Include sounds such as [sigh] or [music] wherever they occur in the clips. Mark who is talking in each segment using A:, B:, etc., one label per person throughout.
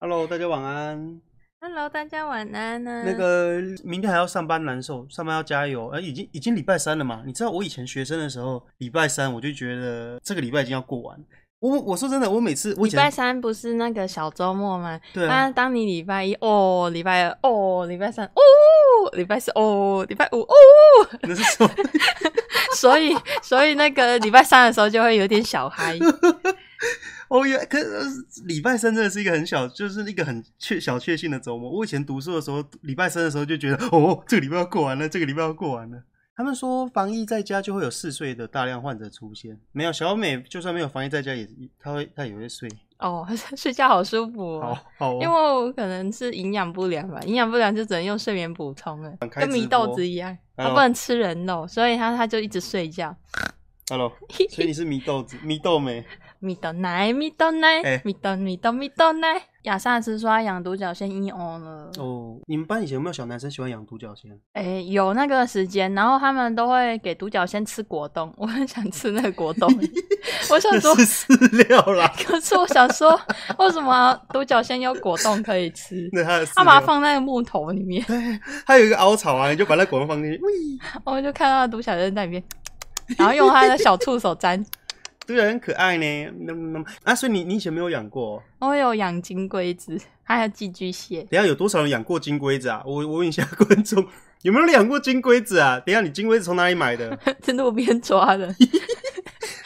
A: Hello，大家晚安。
B: Hello，大家晚安呢、
A: 那个明天还要上班，难受，上班要加油。呃，已经已经礼拜三了嘛，你知道我以前学生的时候，礼拜三我就觉得这个礼拜已经要过完。我我说真的，我每次我以
B: 礼拜
A: 前
B: 三不是那个小周末吗？
A: 对啊
B: 那当你礼拜一哦，礼拜二哦，礼拜三哦，礼拜四哦，礼拜五哦，
A: [laughs]
B: [laughs]
A: 那是什么？ [laughs]
B: 所以所以那个礼拜三的时候就会有点小
A: [laughs]
B: 嗨。
A: 哦耶！可是呃礼拜三真的是一个很小，就是一个很确小确幸的周末。我以前读书的时候，礼拜三的时候就觉得， [laughs] 哦，这个礼拜要过完了，这个礼拜要过完了。他们说防疫在家就会有嗜睡的大量患者出现，没有小美就算没有防疫在家也，她会她也会睡。
B: 哦， [laughs] 睡觉好舒服、
A: 好
B: 哦。
A: 好、
B: 因为
A: 哦，
B: 我可能是营养不良吧，营养不良就只能用睡眠补充了，
A: 想开
B: 跟
A: 直
B: 米豆子一样，
A: 哎
B: 他
A: 呦
B: 不能吃人肉，所以他他就一直睡觉。
A: Hello，所
B: [laughs]
A: 以你是迷豆子迷豆美。
B: 米豆奶，米豆奶
A: 哎，
B: 米豆米豆米豆奶。亚萨斯说他养独角仙一哦了。
A: 哦，你们班以前有没有小男生喜欢养独角
B: [laughs]
A: 仙？
B: 诶，有那个时间，然后他们都会给独角仙吃果冻，我很想吃那个果
A: [laughs]
B: 冻。我想说
A: 那， [laughs] 是饲料啦，
B: 可是我想说，为什么独角仙有果冻可以吃？
A: 那哦它的饲
B: 他把它
A: 料
B: 放在木头里面，
A: 它有一个凹槽啊，你就把那果冻放进去。喂
B: 我就看到独角仙在里面，然后用他的小触手沾。
A: 对啊，很可爱呢。那那啊，所以你你以前没有养过哦？
B: 我有养金龟子，还有寄居蟹。
A: 等一下有多少人养过金龟子啊？我我问一下观众， [laughs] 有没有人养过金龟子啊？等一下你金龟子从哪里买
B: [laughs]
A: 的？
B: 在路边抓的，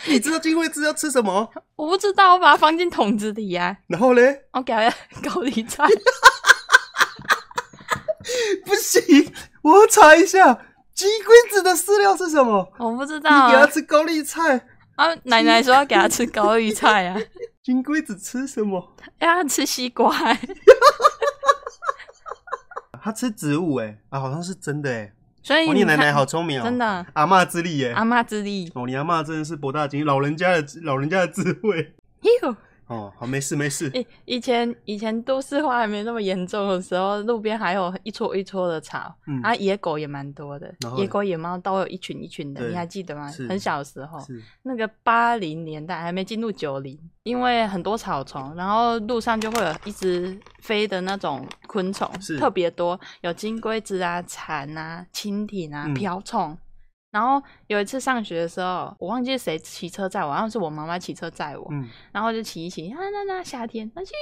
A: 你知道金龟子要吃什么？
B: 我不知道，我把它放进桶子里呀、
A: 然后嘞， [laughs]
B: 我给它高丽菜。
A: 不行，我要查一下金龟子的饲料是什么。
B: 我不知道
A: 你给它
B: 啊，
A: 吃高丽菜，
B: 啊奶奶说要给它吃高丽菜啊，
A: 金龟子吃什么？
B: 让它吃西瓜、
A: 它吃植物哎、啊，好像是真的哎、
B: 所以
A: 我、
B: 你
A: 你奶奶
B: 看
A: 好聪明哦、
B: 真的
A: 阿嬷之力耶、
B: 阿妈之力。
A: 哦，你阿嬷真的是博大精，老人家的老人家的智慧
B: 哟，
A: 哦。好，没事没事，
B: 以以前以前都市化还没那么严重的时候，路边还有一撮一撮的草，
A: 嗯
B: 啊，野狗也蛮多的
A: 然后，呢
B: 野狗野猫都有一群一群的，
A: 对
B: 你还记得吗
A: 是？
B: 很小的时候，
A: 是
B: 那个八零年代还没进入九零，因为很多草丛，然后路上就会有一直飞的那种昆虫
A: 是，
B: 特别多，有金龟子啊、蝉啊、蜻蜓啊
A: 嗯、
B: 瓢虫。然后有一次上学的时候，我忘记谁骑车载我，好像是我妈妈骑车载我，
A: 嗯。
B: 然后就骑一骑，啊那那夏天，那去，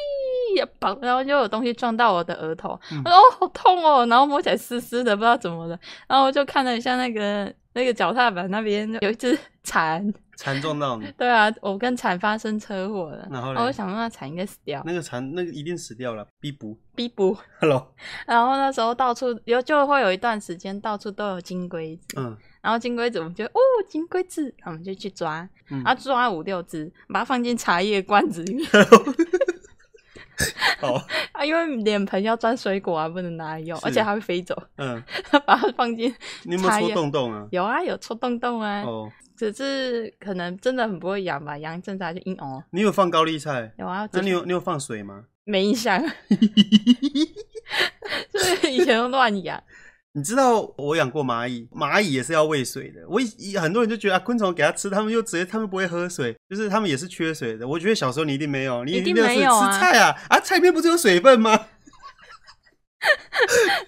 B: 砰，然后就有东西撞到我的额头，
A: 嗯
B: 我说哦好痛哦，然后摸起来湿湿的，不知道怎么了，然后我就看了一下那个那个脚踏板那边有一只蝉，
A: 惨撞到
B: [laughs]
A: 你，
B: 对啊，我跟蝉发生车祸了，哦
A: 然后嘞
B: 我想说那蝉应该死掉，
A: 那个惨，那个一定死掉了，必不。
B: 逼补，
A: Hello，
B: 然后那时候到处有就会有一段时间到处都有金龟子，
A: 嗯
B: 然后金龟子我们就哦金龟子，然后我们就去抓，
A: 嗯，
B: 然后抓五六只，把它放进茶叶罐子里面。 [laughs]
A: 好，
B: 啊，因为脸盆要装水果啊，不能拿来用，
A: 是
B: 而且还会飞走， [laughs]
A: 嗯，
B: 把它放进。
A: 你有没有
B: 茶叶
A: 戳洞洞啊？
B: 有啊，有戳洞洞啊，
A: 哦，
B: 只是可能真的很不会养吧，养一阵子它就硬哦。
A: 你有放高丽菜？
B: 有啊，
A: 那
B: 真
A: 你
B: 的
A: 有你有放水吗？
B: 没
A: [laughs]
B: 印象，所以以前都乱
A: [laughs]
B: 养。
A: 你知道我养过蚂蚁，蚂蚁也是要喂水的。我以以很多人就觉得啊，昆虫给它吃，它们又直接，它们不会喝水，就是它们也是缺水的。我觉得小时候你一定没有，你
B: 一定
A: 定
B: 没有啊
A: 吃菜啊，啊，菜里面不是有水分
B: [laughs]
A: 吗？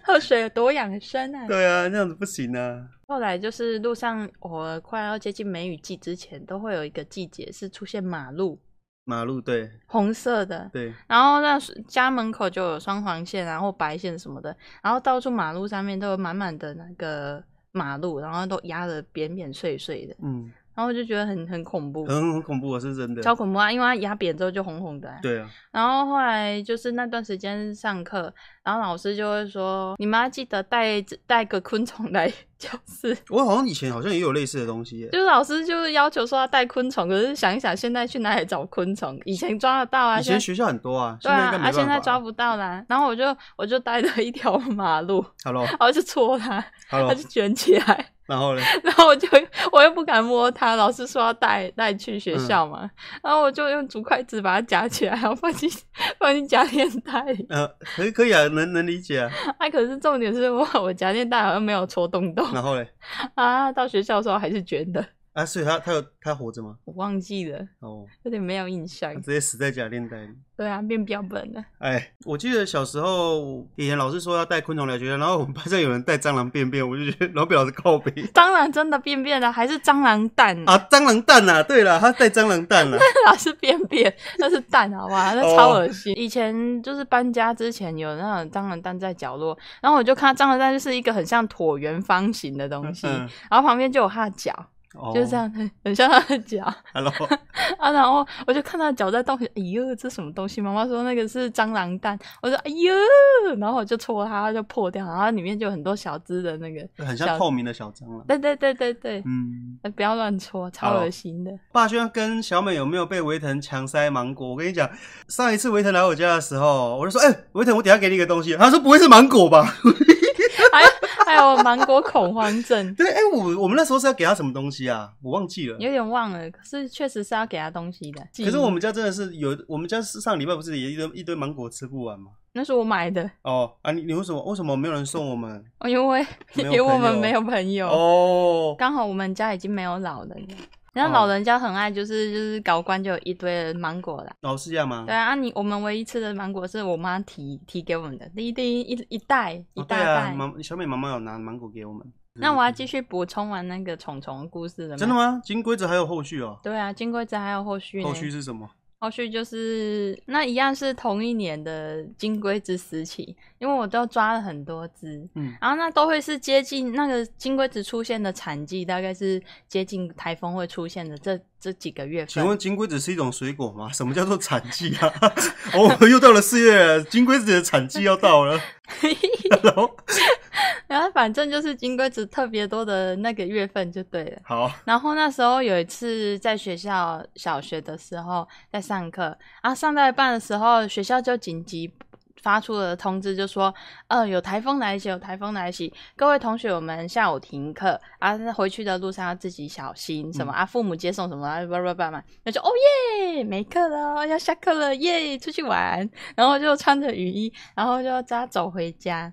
B: 喝水有多养生啊！
A: 对啊，那样子不行啊。
B: 后来就是路上，我快要接近梅雨季之前，都会有一个季节是出现马路
A: 马路对
B: 红色的，
A: 对，
B: 然后那是家门口就有双黄线啊，或白线什么的，然后到处马路上面都有满满的那个马路，然后都压得扁扁碎碎的，
A: 嗯，
B: 然后我就觉得很很恐怖，
A: 很很恐怖，是真的。
B: 超恐怖啊！因为它压扁之后就红红的、啊。。
A: 对啊，
B: 然后后来就是那段时间上课，然后老师就会说：“你们要记得带带个昆虫来 [laughs] 教室。
A: 我好像以前好像也有类似的东西”耶。
B: 就是老师就是要求说要带昆虫，可是想一想现在去哪里找昆虫？以前抓得到啊，
A: 以
B: 现在
A: 前学校很多啊，
B: 对
A: 现在
B: 啊
A: 应该，没
B: 啊，
A: 办法。
B: 现在抓不到啦。然后我就我就带着一条 [laughs] 马路， [laughs] 然后就戳它，它
A: Hello，Hello，
B: 就卷起来。 [laughs]
A: 然后嘞，
B: 然后我就我又不敢摸它，老师说要带带去学
A: 嗯
B: 校嘛。然后我就用竹筷子把它夹起来，然后放进放进夹链袋里。
A: 呃，可以可以啊，能能理解啊。
B: [laughs] 啊，可是重点是我我夹链袋好像没有戳洞洞 [laughs]
A: 然后嘞，
B: 啊。到学校的时候还是卷的，
A: 啊，所以他他有他活着吗？
B: 我忘记了，
A: 哦，
B: 有点没有印象
A: 他。直接死在假链袋里。
B: 对啊，变标本了。
A: 哎，我记得小时候以前老师说要带昆虫来学校，然后我们班上有人带蟑螂便便，我就觉得然后被老师告白
B: 蟑螂真的便便了，还是蟑螂蛋？
A: 啊，蟑螂蛋啊，对了，他带蟑螂蛋
B: [laughs]
A: 了、
B: 那是便便，那是蛋，好吧，那超
A: 哦
B: 恶心。以前就是搬家之前有那种蟑螂蛋在角落，然后我就看到蟑螂蛋就是一个很像椭圆方形的东西，
A: 嗯，
B: 然后旁边就有它的脚，
A: 哦
B: 就是这。样， [laughs] 很很像它的脚 [laughs]
A: Hello，
B: 啊。然后我就看它的脚在动，哎呦，这什么东西？妈妈说那个是蟑螂蛋，我说哎呦，然后我就戳它，它就破掉，然后里面就有很多小只的那个，
A: 很像透明的小蟑螂。
B: 对对对对对，
A: 嗯，哦
B: 哎不要乱戳，超恶心的。
A: 霸轩跟小美有没有被维腾强塞芒果？我跟你讲，上一次维腾来我家的时候，我就说，哎、维腾，我等一下给你一个东西。他说不会是芒果吧？。
B: 还有还有芒果恐慌
A: [laughs]
B: 症
A: 对，哎、我我们那时候是要给他什么东西啊？我忘记了。
B: 有点忘了，可是确实是要给他东西的。
A: 可是我们家真的是有，我们家是上礼拜不是也一堆一堆芒果吃不完吗？
B: 那是我买的，
A: 哦啊，你你为什么为什么没有人送我们？
B: 因为
A: 没有
B: 因
A: 朋友
B: 为我们没有朋友，
A: 哦，
B: 刚好我们家已经没有老人了。然后老人家很爱就是就是搞关就有一堆芒果啦。
A: 哦是这样吗？
B: 对啊，你我们唯一吃的芒果是我妈提提给我们的，第一第一一一袋一
A: 哦
B: 大
A: 对啊，
B: 袋。
A: 妈小美妈妈有拿芒果给我们。
B: 那我要继续补充完那个虫虫的故事了吗？
A: 真的？吗？金龟子还有后续哦，
B: 对啊，金龟子还有后续呢。
A: 后续是什么？
B: 后续就是那一样是同一年的金龟子时期，因为我都抓了很多只，
A: 嗯
B: 然后那都会是接近那个金龟子出现的产季，大概是接近台风会出现的这这几个月份。 [laughs]
A: 请问金龟子是一种水果吗？ [laughs] 什么叫做产季啊？ [laughs] 哦，又到了四月了，金龟子的产季要到了。然后
B: 然后反正就是金龟子特别多的那个月份就对了。
A: 好，
B: 然后那时候有一次在学校小学的时候在上课，然后上到一半的时候，学校就紧急发出了通知，就说呃有台风来袭，有台风来袭，各位同学我们下午停课啊，那回去的路上要自己小心，什么、啊父母接送什么啊，叭叭叭嘛，那就哦耶没课了，要下课了耶，出去玩， [laughs] 然后就穿着雨衣，然后就这样走回家，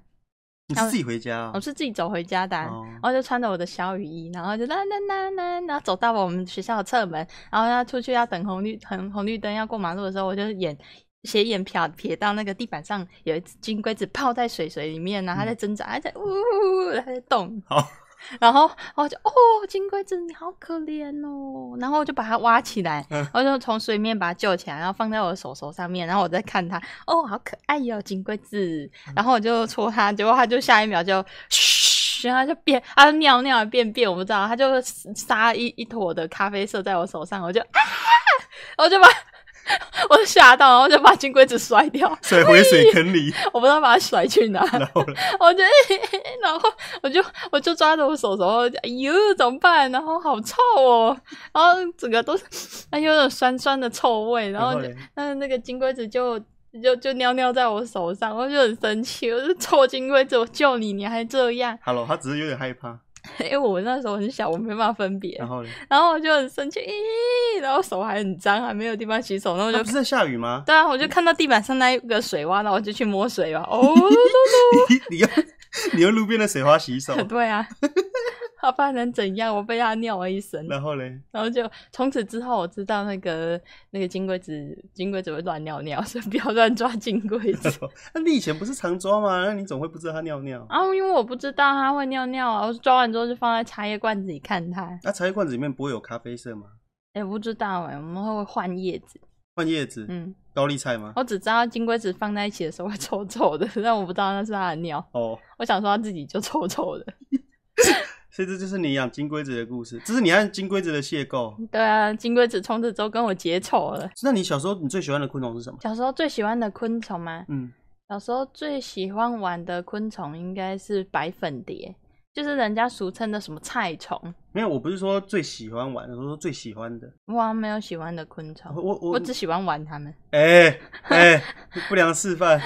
A: 你是自己回家啊
B: 我？是自己走回家的啊、
A: 哦
B: 然后就穿着我的小雨衣，然后就啦啦啦啦，然后走到我们学校的侧门，然后要出去要等红绿红红绿灯要过马路的时候，我就眼斜眼瞟瞥到那个地板上有一只金龟子泡在水水里面，然后它在挣扎，哎它在呜呜呜，它在 [laughs] 动，
A: 好，
B: 然后然后我就哦，金龟子你好可怜哦，然后我就把它挖起来，
A: 嗯
B: 然后就从水面把它救起来，然后放在我的手手上面，然后我再看它，哦，好可爱哟、金龟子，然后我就戳它，结果它就下一秒就嘘，然后它就变，它就尿尿便便，我不知道，它就撒一一坨的咖啡色在我手上，我就啊，我就把我就吓到，然后就把金龟子甩掉，
A: 甩回水坑里。
B: 我不知道把它甩去哪。
A: 然后呢
B: 我就，然后我就我就抓着我手手，我就哎呦怎么办？然后好臭哦，然后整个都是哎呦有种酸酸的臭味，然后就
A: 嘞
B: 那那个金龟子就就就尿尿在我手上，我就很生气，我就臭金龟子，我救你，你还这样，
A: ，Hello，他只是有点害怕。
B: 因为我那时候很小，我没办法分别
A: 然，后呢？
B: 然后我就很生气，咦然后手还很脏，还没有地方洗手，然后我
A: 他
B: 就
A: 啊不是在下雨吗？[laughs]
B: [laughs] 对啊，我就看到地板上那一个水洼，然后我就去摸水洼，哦。
A: 你你要你用路边的水花洗 [laughs] 手，
B: 对啊，他不然能怎样？我被他尿了一身，
A: 然后嘞，
B: 然后就从此之后我知道那个那个金龟子，金龟子会乱尿尿，所以不要乱抓金龟子。
A: [laughs] 那你以前不是常抓吗？那你总会不知道它尿尿。
B: 啊，因为我不知道它会尿尿啊，我抓完之后就放在茶叶罐子里看它。
A: 那、啊茶叶罐子里面不会有咖啡色吗？
B: 哎、我不知道哎、我们会换叶子。
A: 换叶子、
B: 嗯，
A: 高丽菜吗？
B: 我只知道金龟子放在一起的时候会臭臭的， [laughs] 但我不知道那是它的尿。
A: 哦，
B: 我想说它自己就臭臭的。
A: 所以这就是你养金龟子的故事，这是你和金龟子的邂逅。
B: 对啊，金龟子从此之后跟我结仇了。
A: 那你小时候你最喜欢的昆虫是什么？
B: 小时候最喜欢的昆虫吗？
A: 嗯，
B: 小时候最喜欢玩的昆虫应该是白粉蝶，就是人家俗称的什么菜虫。
A: 没有，我不是说最喜欢玩，我是说最喜欢的。
B: 哇，没有喜欢的昆虫，
A: 我
B: 我
A: 哦我我
B: 只，喜欢玩它们。
A: 哎哎、不良示范。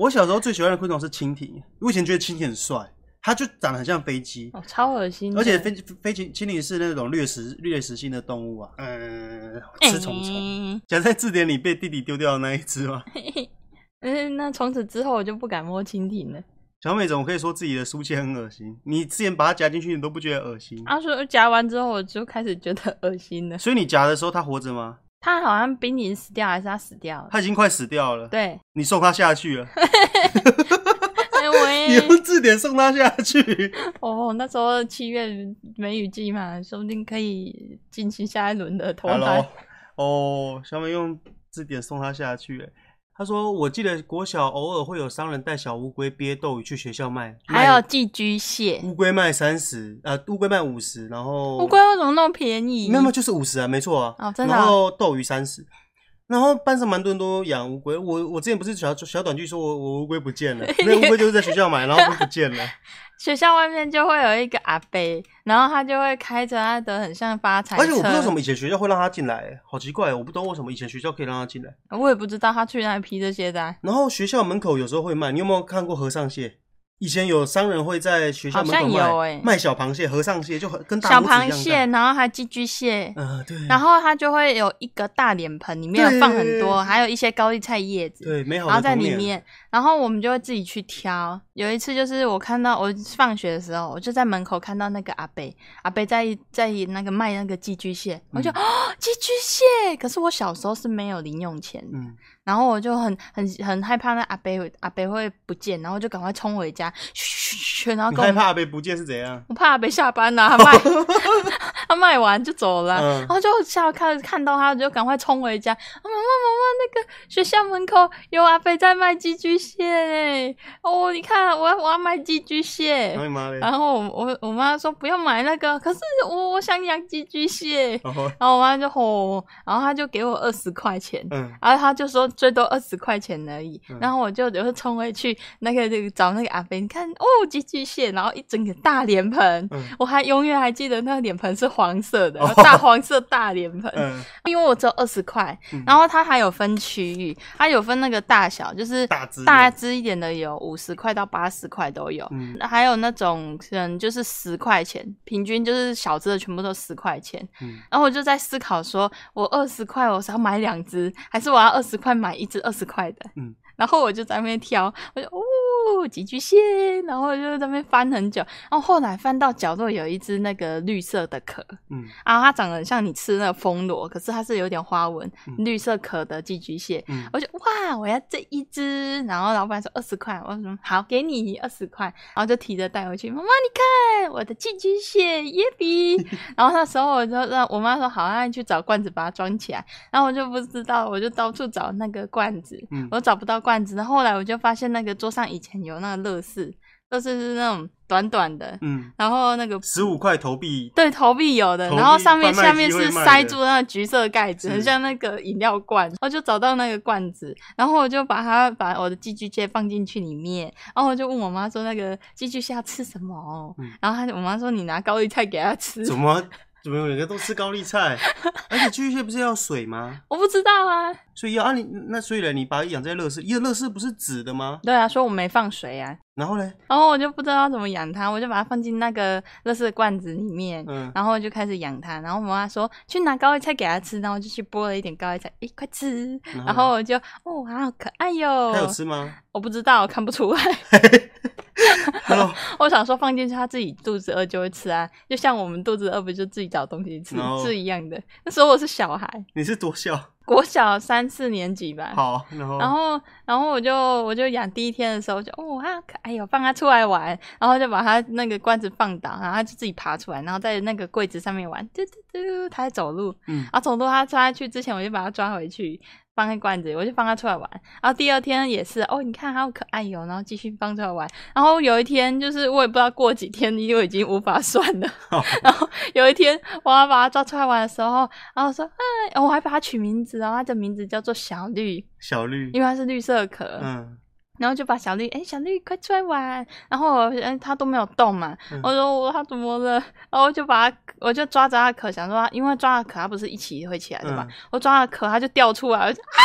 A: 我小时候最喜欢的昆虫是蜻蜓，我以前觉得蜻蜓很帅，它就长得很像飞机。
B: 哦，超恶心的。
A: 而且飞飞禽蜻蜓是那种掠食掠食性的动物啊，嗯，吃虫 [laughs] 虫。
B: 嗯
A: 讲在字典里
B: [laughs]
A: 被弟弟丢掉的那一只吗？
B: 嗯，那从此之后我就不敢摸蜻蜓了。
A: 小美总可以说自己的书签很恶心，你之前把它夹进去，你都不觉得恶心，
B: 他啊说夹完之后，我就开始觉得恶心了。
A: 所以你夹的时候它活着吗？
B: 他好像濒临死掉，还是他死掉了？
A: 它已经快死掉了， [laughs]
B: 对，
A: 你送它下去了，[laughs]
B: 哎
A: 你
B: 喂，
A: 用字典送它下
B: [laughs]
A: 去。
B: 哦，那时候七月梅雨季嘛，说不定可以进行下一轮的投
A: Hello，
B: 胎。
A: 哦，小美用字典送他下去、欸。他说：“我记得国小偶尔会有商人带小乌龟、鳖、斗鱼去学校卖，
B: 还有
A: 卖
B: 寄居蟹，
A: 乌龟卖三十，呃，乌龟卖五十，然后
B: 乌龟为什么那么便宜？
A: 那么就是五十啊，没错啊。
B: 哦真的啊
A: 然后斗鱼三十，然后班上蛮多人都养乌龟。我我之前不是小小短剧说我我乌龟不
B: [laughs]
A: 见了，那乌龟就是在学校买，然后乌龟不见了。
B: 学校外面就会有一个阿伯，然后他就会开着他的很像发财车，
A: 而且我不知道为什么以前学校会让他进来、欸好奇怪、我不懂为什么以前学校可以让他进来。
B: 我也不知道他去哪里批这些的啊、
A: 然后学校门口有时候会卖，你有没有看过和尚蟹？以前有商人会在学校门口
B: 好像有
A: 卖、
B: 欸
A: 卖小螃蟹、和尚蟹，就很跟大
B: 小
A: 拇指一样
B: 螃
A: 大
B: 蟹，。然后还寄居蟹，
A: 呃，对。
B: 然后它就会有一个大脸盆，里面有放很多，
A: 对
B: 还有一些高丽菜叶子，
A: 对美好的
B: 然后在
A: 童
B: 里
A: 年
B: 面，然后我们就会自己去挑。有一次就是我看到我放学的时候，我就在门口看到那个阿伯，阿伯在在那个卖那个寄居蟹，我
A: 嗯
B: 就、哦寄居蟹，可是我小时候是没有零用钱的，
A: 嗯，
B: 然后我就很很很害怕那阿伯会阿伯会不见，然后就赶快冲回家，嘘嘘嘘，然后
A: 你
B: 跟我
A: 害
B: 们
A: 怕被不见是怎样？
B: 我怕阿北下班了、他卖 [laughs] 他卖完就走了，
A: 嗯
B: 然后就下看看到他，我就赶快冲回家。啊妈妈妈妈，那个学校门口有阿北在卖寄居蟹嘞！哦，你看我要我要卖寄居蟹。
A: 然后你哎妈嘞？
B: 然后我我我妈说不要买那个，可是我我想养寄居蟹。
A: 然后，
B: 然后我妈就吼、然后她就给我二十块钱，
A: 嗯，
B: 然后他就说最多二十块钱而已，
A: 嗯
B: 然后我就就冲回去那个那个找那个阿飞，你看哦，寄居蟹，然后一整个大脸盆，
A: 嗯
B: 我还永远还记得那个脸盆是黄色的，
A: 哦
B: 大黄色大脸盆，
A: 嗯，
B: 因为我只有二十块
A: 嗯，
B: 然后它还有分区域，它有分那个大小，就是
A: 大只的
B: 大只一点的有五十块到八十块都有，
A: 嗯
B: 还有那种可能就是十块钱，平均就是小只的全部都十块钱。
A: 嗯
B: 然后我就在思考说，我二十块我是要买两只，还是我要二十块买一只二十块的？
A: 嗯
B: [laughs] 然后我就在那边挑，我就哦寄居蟹，然后我就在那边翻很久，然后后来翻到角落有一只那个绿色的壳，
A: 嗯
B: 啊，它长得很像你吃那个蜂螺，可是它是有点花纹，
A: 嗯
B: 绿色壳的寄居蟹。
A: 嗯，
B: 我就哇，我要这一只，然后老板说二十块，我说好，给你二十块，然后就提着带回去。妈妈，你看我的寄居蟹耶比。 [laughs] 然后那时候我就让我妈说好，那你去找罐子把它装起来。然后我就不知道，我就到处找那个罐子，
A: 嗯
B: 我找不到罐子。然后后来我就发现那个桌上以前有那个乐事，乐事是那种短短的，
A: 嗯，
B: 然后那个
A: 十五块投币，
B: 对，投币有的，
A: 投币
B: 然后上面
A: 贩卖
B: 下
A: 机
B: 面
A: 会
B: 是
A: 卖
B: 塞
A: 的
B: 住那个橘色的盖子，
A: 是
B: 很像那个饮料罐。我就找到那个罐子，然后我就把它把我的寄居蟹放进去里面，然后我就问我妈说那个寄居蟹要吃什么，哦
A: 嗯
B: 然后她我妈说你拿高丽菜给它吃，
A: 怎么怎么每个都吃高丽菜？而且巨蟹不是要水吗？
B: 我不知道啊，
A: 所以要啊你那所以呢，你把它养在乐事，因为乐事不是纸的吗？
B: 对啊，说我没放水啊，
A: 然后呢，
B: 然后我就不知道怎么养它，我就把它放进那个乐事罐子里面，
A: [laughs] 嗯，
B: 然后我就开始养它，然后我妈说去拿高丽菜给它吃，然后我就去剥了一点高丽菜，诶，快吃，
A: 然后呢
B: 然后我就哦，好可爱哟，
A: 嗯它有吃吗
B: 我不知道，我看不出来。 [laughs]
A: ？Hello，
B: 我想说放进去，它自己肚子饿就会吃啊，就像我们肚子饿不就自己找东西吃
A: 然后
B: 是一样的。那时候我是小孩，
A: 你是多笑？
B: 国小三四年级吧。
A: 好，然后
B: 然后，然后我就我就养第一天的时候就哦啊可爱哟，放它出来玩，然后就把它那个罐子放倒，然后它就自己爬出来，然后在那个柜子上面玩，嘟嘟嘟，它在走路，
A: 嗯
B: 然后总督他抓下去之前，我就把它抓回去，放在罐子里，我就放它出来玩。然后第二天也是，哦，你看它好可爱哟、然后继续放出来玩。然后有一天，就是我也不知道过几天，因为我已经无法算了。
A: 好
B: 然后有一天，我要把它抓出来玩的时候，然后我说，哎，我还把它取名字哦，它的名字叫做小绿，
A: 小绿
B: 因，为它是绿色壳。
A: 嗯，
B: 然后就把小绿，哎、小绿快出来玩！然后我，哎、他都没有动嘛，
A: 嗯
B: 我说我他怎么了？然后我就把他，我就抓着他的壳，想说它，因为抓着壳，它不是一起会起来的嘛，
A: 嗯
B: 我抓着壳，它就掉出来，我就啊，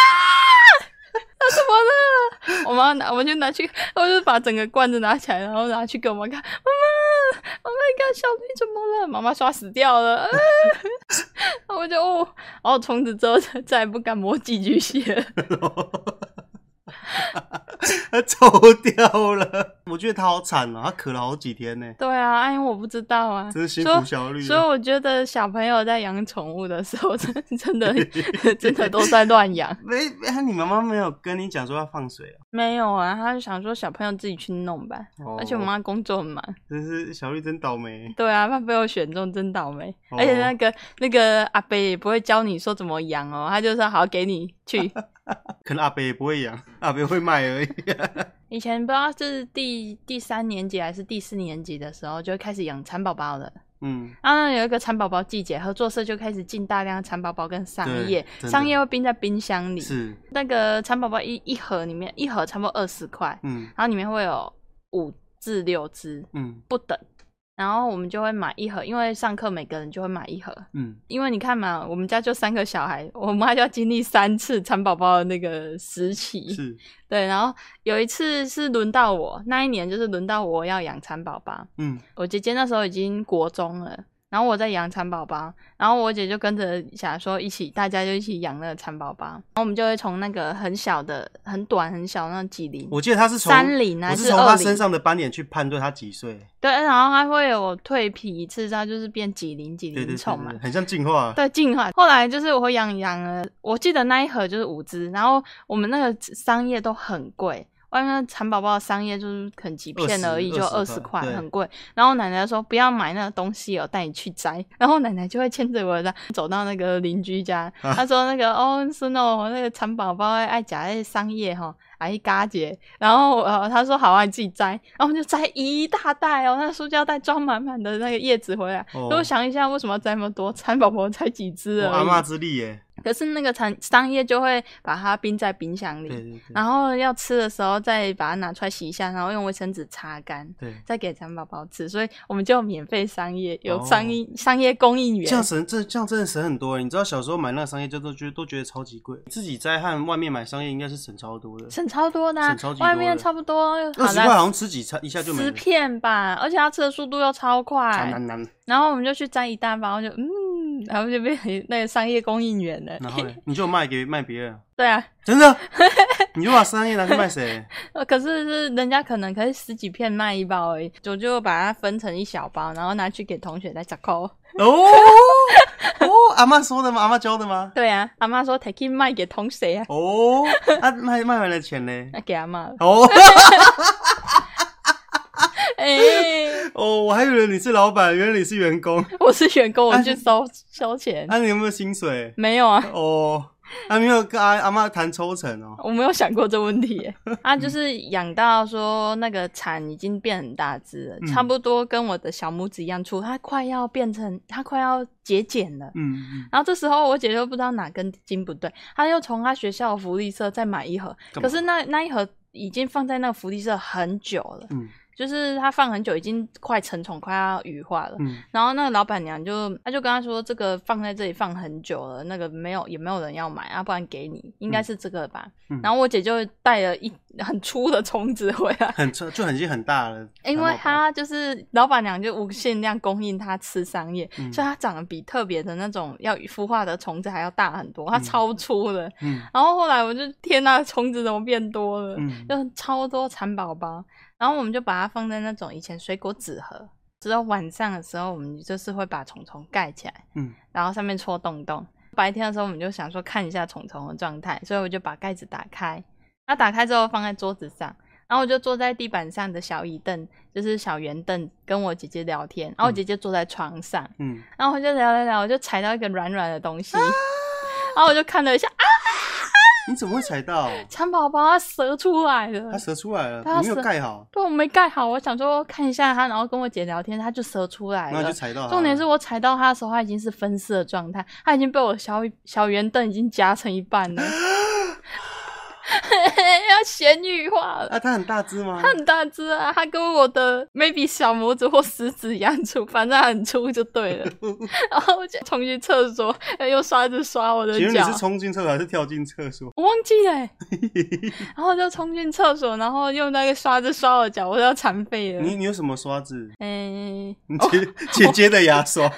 B: 它怎么了？我妈拿，我就拿去，我就把整个罐子拿起来，然后拿去给我妈看，妈妈，我妈看小绿怎么了？妈妈说它死掉了，啊、 [laughs] 然后我就哦，然后从此之后再再也不敢摸寄居蟹了。
A: 他走掉了。 [laughs] 我觉得他好惨啊，他渴了好几天呢、
B: 对啊，哎，我不知道啊，
A: 真是辛
B: 所
A: 苦
B: 以
A: 小绿
B: 所以
A: 了。
B: 我觉得小朋友在养宠物的时候， [laughs] 真真
A: [laughs]
B: 的真的都在乱养。
A: 没，哎，你妈妈没有跟你讲说要放水啊？
B: 没有啊，他就想说小朋友自己去弄吧。
A: 哦
B: 而且我妈工作很忙，
A: 真是小绿真倒霉。 [laughs]
B: 对啊，怕被我选中真倒霉。
A: 哦
B: 而且那个那个阿伯也不会教你说怎么养哦，他就说好给你
A: [laughs]
B: 去。
A: 可能阿北也不会养， [laughs] 阿北会卖而已。 [laughs]
B: 以前不知道是第第三年级还是第四年级的时候，就开始养蚕宝宝了。
A: 嗯，
B: 然后有一个蚕宝宝季节，合作社就开始进大量蚕宝宝跟桑
A: 对
B: 叶，
A: 真的
B: 桑叶会冰在冰箱里。
A: 是，
B: 那个蚕宝宝一一盒里面，一盒差不多二十块，
A: 嗯
B: 然后里面会有五至六只
A: 嗯
B: 不等。然后我们就会买一盒，因为上课每个人就会买一盒。
A: 嗯，
B: 因为你看嘛，我们家就三个小孩，我妈就要经历三次蚕宝宝的那个时期。
A: 是，
B: 对，然后有一次是轮到我，那一年就是轮到我要养蚕宝宝。
A: 嗯
B: 我姐姐那时候已经国中了，然后我在养蚕宝宝，然后我姐就跟着想说一起，大家就一起养那个蚕宝宝，然后我们就会从那个很小的、很短、很小的那种几厘米，
A: 我记得他是从
B: 三零还
A: 我
B: 是
A: 是从他
B: 二零
A: 身上的斑点去判断他几岁，
B: 对，然后它会有蜕皮一次，它就是变几厘几
A: 对对
B: 厘
A: 对
B: 虫嘛
A: 对，很像进化。
B: 对，进化。后来就是我养养了，我记得那一盒就是五只，然后我们那个桑叶都很贵。外面的蚕宝宝的桑叶就是可能几片
A: 20
B: 而已，就二
A: 20
B: 十块，
A: 对
B: 很贵。然后奶奶说不要买那个东西哦，带你去摘。然后奶奶就会牵着我的走到那个邻居 [laughs] 家，
A: 啊
B: 她说那个哦，孙哦，那个蚕宝宝爱爱夹那桑叶哈、哦，爱嘎结。然后呃，她说好啊，你自己摘。然后我们就摘一大袋哦，那塑胶袋装满满的那个叶子回来，
A: 哦
B: 如果想一下，为什么要摘那么多？蚕宝宝才几只
A: 我阿妈
B: 而已。
A: 之力耶，
B: 可是那个蚕桑叶就会把它冰在冰箱
A: 对
B: 里，
A: 对对
B: 然后要吃的时候再把它拿出来洗一下，然后用卫生纸擦干，
A: 对，
B: 再给蚕宝宝吃。所以我们就有免费桑叶，有
A: 哦
B: 桑叶、桑叶供应
A: 这样
B: 员。
A: 省这这样真的省很多耶。你知道小时候买那个商业就都觉得都觉得超级贵，自己摘和外面买商业应该是省超多的，
B: 省超多的啊、
A: 省超级多的
B: 外面差不多
A: 二
B: 好
A: 十块好
B: 了
A: 像吃几餐一下就没
B: 十
A: 了。
B: 片吧，而且它吃的速度又超
A: 难
B: 快。
A: 难难，
B: 然后我们就去摘一大包，就嗯，然后就变成那个商业供应员了。
A: 然后嘞你就卖给卖别人，
B: 对啊，
A: 真的， [laughs] 你就把商业拿去卖谁？
B: 呃，可是是人家可能可以十几片卖一包而已，我就把它分成一小包，然后拿去给同学再折扣。
A: 哦哦，阿妈说的吗？阿妈教的吗？
B: 对啊，阿妈说 take it 卖给同学啊，
A: 哦，啊卖卖完了钱嘞？
B: 那给阿妈了。
A: 哦
B: 哎、 [laughs]
A: 哦，我还以为你是老板，原来你是员工。
B: 我是员工，我
A: 啊 [laughs]
B: 去收收钱。
A: 那、你有没有薪水？
B: 没有啊，
A: 哦，啊没有跟阿阿妈谈抽成哦。
B: 我没有想过这问题耶。啊，就是养到说那个蚕已经变很大只了，
A: 嗯
B: 差不多跟我的小拇指一样粗，它快要变成它快要节俭了。
A: 嗯，嗯
B: 然后这时候我姐就不知道哪根筋不对，她又从她学校的福利社再买一盒，
A: 干嘛
B: 可是那那一盒已经放在那个福利社很久了，
A: 嗯
B: 就是它放很久，已经快成虫，快要羽化了。
A: 嗯
B: 然后那个老板娘就，她就跟她说，这个放在这里放很久了，那个没有也没有人要买，啊要不然给你，应该是这个吧。
A: 嗯嗯
B: 然后我姐就带了一很粗的虫子回
A: [laughs]
B: 来，
A: 很粗就很已经很大了。
B: 因为它就是老板娘就无限量供应它吃桑叶，
A: 嗯
B: 所以它长得比特别的那种要孵化的虫子还要大很多，它
A: 嗯
B: 超粗的。
A: 嗯
B: 然后后来我就天呐，虫子怎么变多了？
A: 嗯
B: 就超多蚕宝宝，然后我们就把它放在那种以前水果纸盒，之后晚上的时候我们就是会把虫虫盖起来，
A: 嗯，
B: 然后上面戳洞洞。白天的时候我们就想说看一下虫虫的状态，所以我就把盖子打开，那打开之后放在桌子上，然后我就坐在地板上的小椅凳，就是小圆凳，跟我姐姐聊天，然后我姐姐坐在床上，
A: 嗯，
B: 然后我就聊聊聊，我就踩到一个软软的东
A: 啊
B: 西， [laughs] 然后我就看了一下，啊，
A: 你怎么会踩到？
B: 蚕宝宝它折出来了
A: 它。折出来了，
B: 它
A: 你没有
B: 折
A: 盖好，
B: 对，我没盖好，我想说看一下它，然后跟我姐聊天，它就折出来
A: 然后你
B: 了
A: 就。踩到它了。啊
B: 重点是我踩到它的时候，它已经是分尸的状态，它已经被我小小圆凳已经夹成一半了， [laughs] 要咸鱼化了。
A: 啊，它很大只吗
B: 它？很大只啊，它跟我的 maybe 小拇指或食指一样粗，反正它很粗就对
A: [laughs]
B: 了。然后我就冲去厕所，用刷子刷我的
A: 请问你
B: 脚。
A: 是冲进厕所还是跳进厕所？
B: 我忘记
A: [laughs]
B: 了欸、然后就冲进厕所，然后用那个刷子刷我脚，我都要残废了。 [laughs]
A: 你你有什么刷子？
B: 嗯，哦 [laughs]
A: 你姐姐姐的牙刷，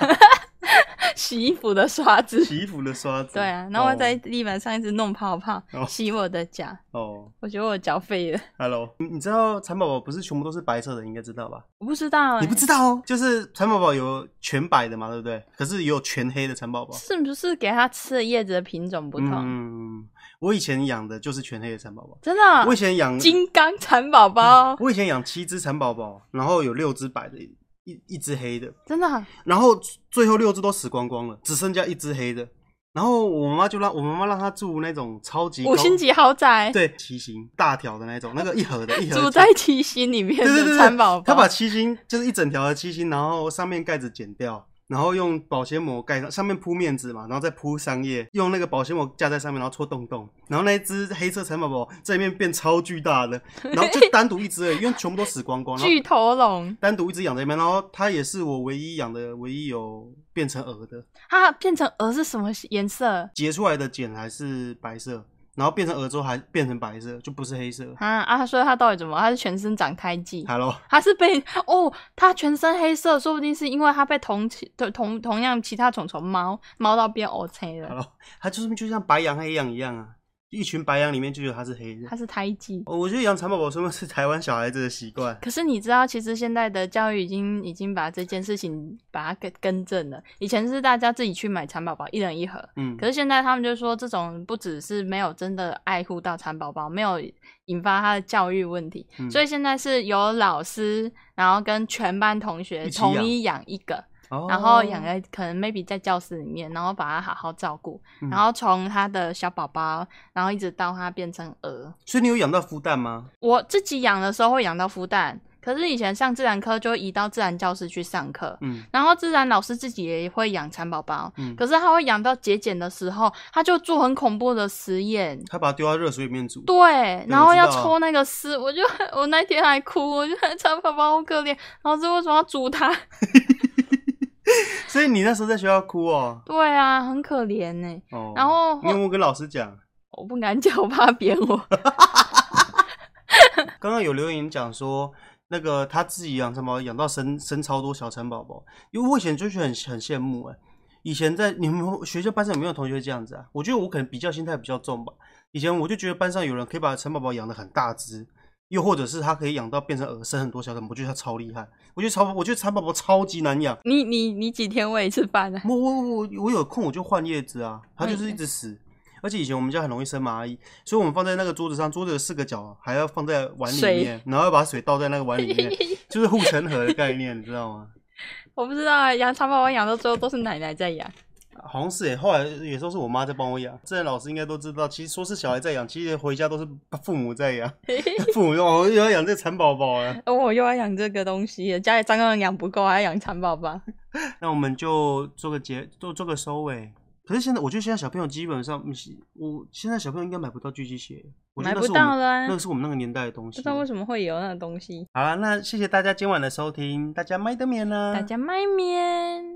B: 洗衣服的刷子。
A: 洗衣服的刷子。
B: 对啊，然后我在地板上一直弄泡泡，
A: 哦
B: 洗我的脚。
A: 哦
B: 我觉得我脚废了，
A: ，Hello，你你知道蚕宝宝不是全部都是白色的，你应该知道吧？
B: 我不知道、欸，
A: 你不知道哦，就是蚕宝宝有全白的嘛，对不对？可是也有全黑的蚕宝宝。
B: 是不是给它吃的叶子的品种不同？
A: 啊嗯，我以前养的就是全黑的蚕宝宝。
B: 真的，
A: 我以前养
B: 啊金刚蚕宝哦
A: [laughs]
B: 宝，
A: 我以前养七只蚕宝宝，然后有六只白的，一一只黑的，
B: 真的，啊
A: 然后最后六只都死光光了，只剩下一只黑的。然后我妈妈就让我妈妈让它住那种超级高
B: 五星级豪宅，
A: 对七星大条的那种，那个一盒的一盒
B: 住
A: 的
B: 在七星里面
A: 对对对
B: 的
A: 对
B: 蚕宝
A: 他
B: 宝
A: 把，七星就是一整条的七星，然后上面盖子剪掉，然后用保鲜膜盖上，上面铺面纸嘛，然后再铺桑叶，用那个保鲜膜架在上面，然后戳洞洞，然后那一只黑色蚕宝宝在里面变超巨大的，然后就单独一只而已，因为全部都死光光，然后
B: 巨头龙，
A: 单独一只养在那边，然后它也是我唯一养的，唯一有变成鹅的，
B: 它变成鹅是什么颜色
A: 结出来的茧还是白色，然后变成鹅之后还变成白色，就 [laughs] 不是黑色。
B: 啊？啊，他说它到底怎么？它是全身长胎记。
A: Hello，
B: 它是被哦，它全身黑色，说不定是因为它被同其同同同样其他虫虫猫猫到变 O C 了，
A: Hello，它就是就像白羊黑羊一样啊，一群白羊里面就有它是黑的
B: 它。是胎记。
A: 哦，我觉得养蚕宝宝是不是台湾小孩子的习惯？
B: 可是你知道，其实现在的教育已经已经把这件事情把它更更正了。以前是大家自己去买蚕宝宝，一人一盒，
A: 嗯，
B: 可是现在他们就说，这种不只是没有真的爱护到蚕宝宝，没有引发他的教育问题，
A: 嗯
B: 所以现在是由老师，然后跟全班同学
A: 一起
B: 统
A: 养
B: 一养一个，
A: 哦
B: 然后养在可能 maybe 在教室里面，然后把它好好照顾，
A: 嗯
B: 然后从它的小宝宝，然后一直到它变成鹅。
A: 所以你有养到孵蛋吗？
B: 我自己养的时候会养到孵蛋，可是以前上自然科就移到自然教室去上课，
A: 嗯
B: 然后自然老师自己也会养蚕宝宝，
A: 嗯，
B: 可是他会养到节俭的时候，他就做很恐怖的实验，
A: 他把它丢到热水里面煮。
B: 对，然
A: 我
B: 后
A: 知
B: 要
A: 道啊
B: 抽那个丝，我就我那天还哭，我就很 [laughs] 蚕宝宝好可怜，老师为什么要煮它？ [laughs]
A: 所以你那时候在学校哭哦。
B: 对啊，很可怜呢、
A: 哦，
B: 然后
A: 你有没有跟老师讲？
B: 我不敢讲，我 [laughs] 怕扁我。
A: 刚刚有留言讲说，那个他自己养蚕宝宝，养到生生超多小蚕宝宝，因为我以前就是很很羡慕哎、以前在你们学校班上有没有同学这样子啊？我觉得我可能比较心态比较重吧。以前我就觉得班上有人可以把蚕宝宝养得很大只，又或者是他可以养到变成鹅，生很多小蚕宝宝，我觉得他超厉害。我觉得蚕，我觉得蚕宝宝超级难养。
B: 你你你几天喂一次饭啊？
A: 我我我我有空我就换叶子啊，它就是
B: 嗯
A: 一直死。而且以前我们家很容易生蚂蚁，所以我们放在那个桌子上，桌子有四个角啊还要放在碗里面，然后要把水倒在那个碗里
B: [laughs]
A: 面，就是护城河的概念，你知道吗？
B: 我不知道啊，养蚕宝宝养到最后都是奶奶在养。
A: 好像是诶、欸后来也都是我妈在帮我养。这老师应该都知道，其实说是小孩在养，其实回家都是父母在
B: [laughs]
A: 养，父母说哦又要养这蚕宝啊宝了。
B: 哦，我又要养这个东西了，家里蟑螂养不够，还要养蚕宝宝。
A: 那我们就做个结，做做个收尾。可是现在，我觉得现在小朋友基本上，嗯我现在小朋友应该买不到聚集鞋，我觉
B: 买
A: 得那是
B: 不
A: 我们
B: 到了啊、
A: 那个是我们那个年代的东
B: 不
A: 西
B: 知。道为什么会有那个东西。
A: 啊好了，那谢谢大家今晚的收听，大家麦德棉啦，
B: 大家卖面。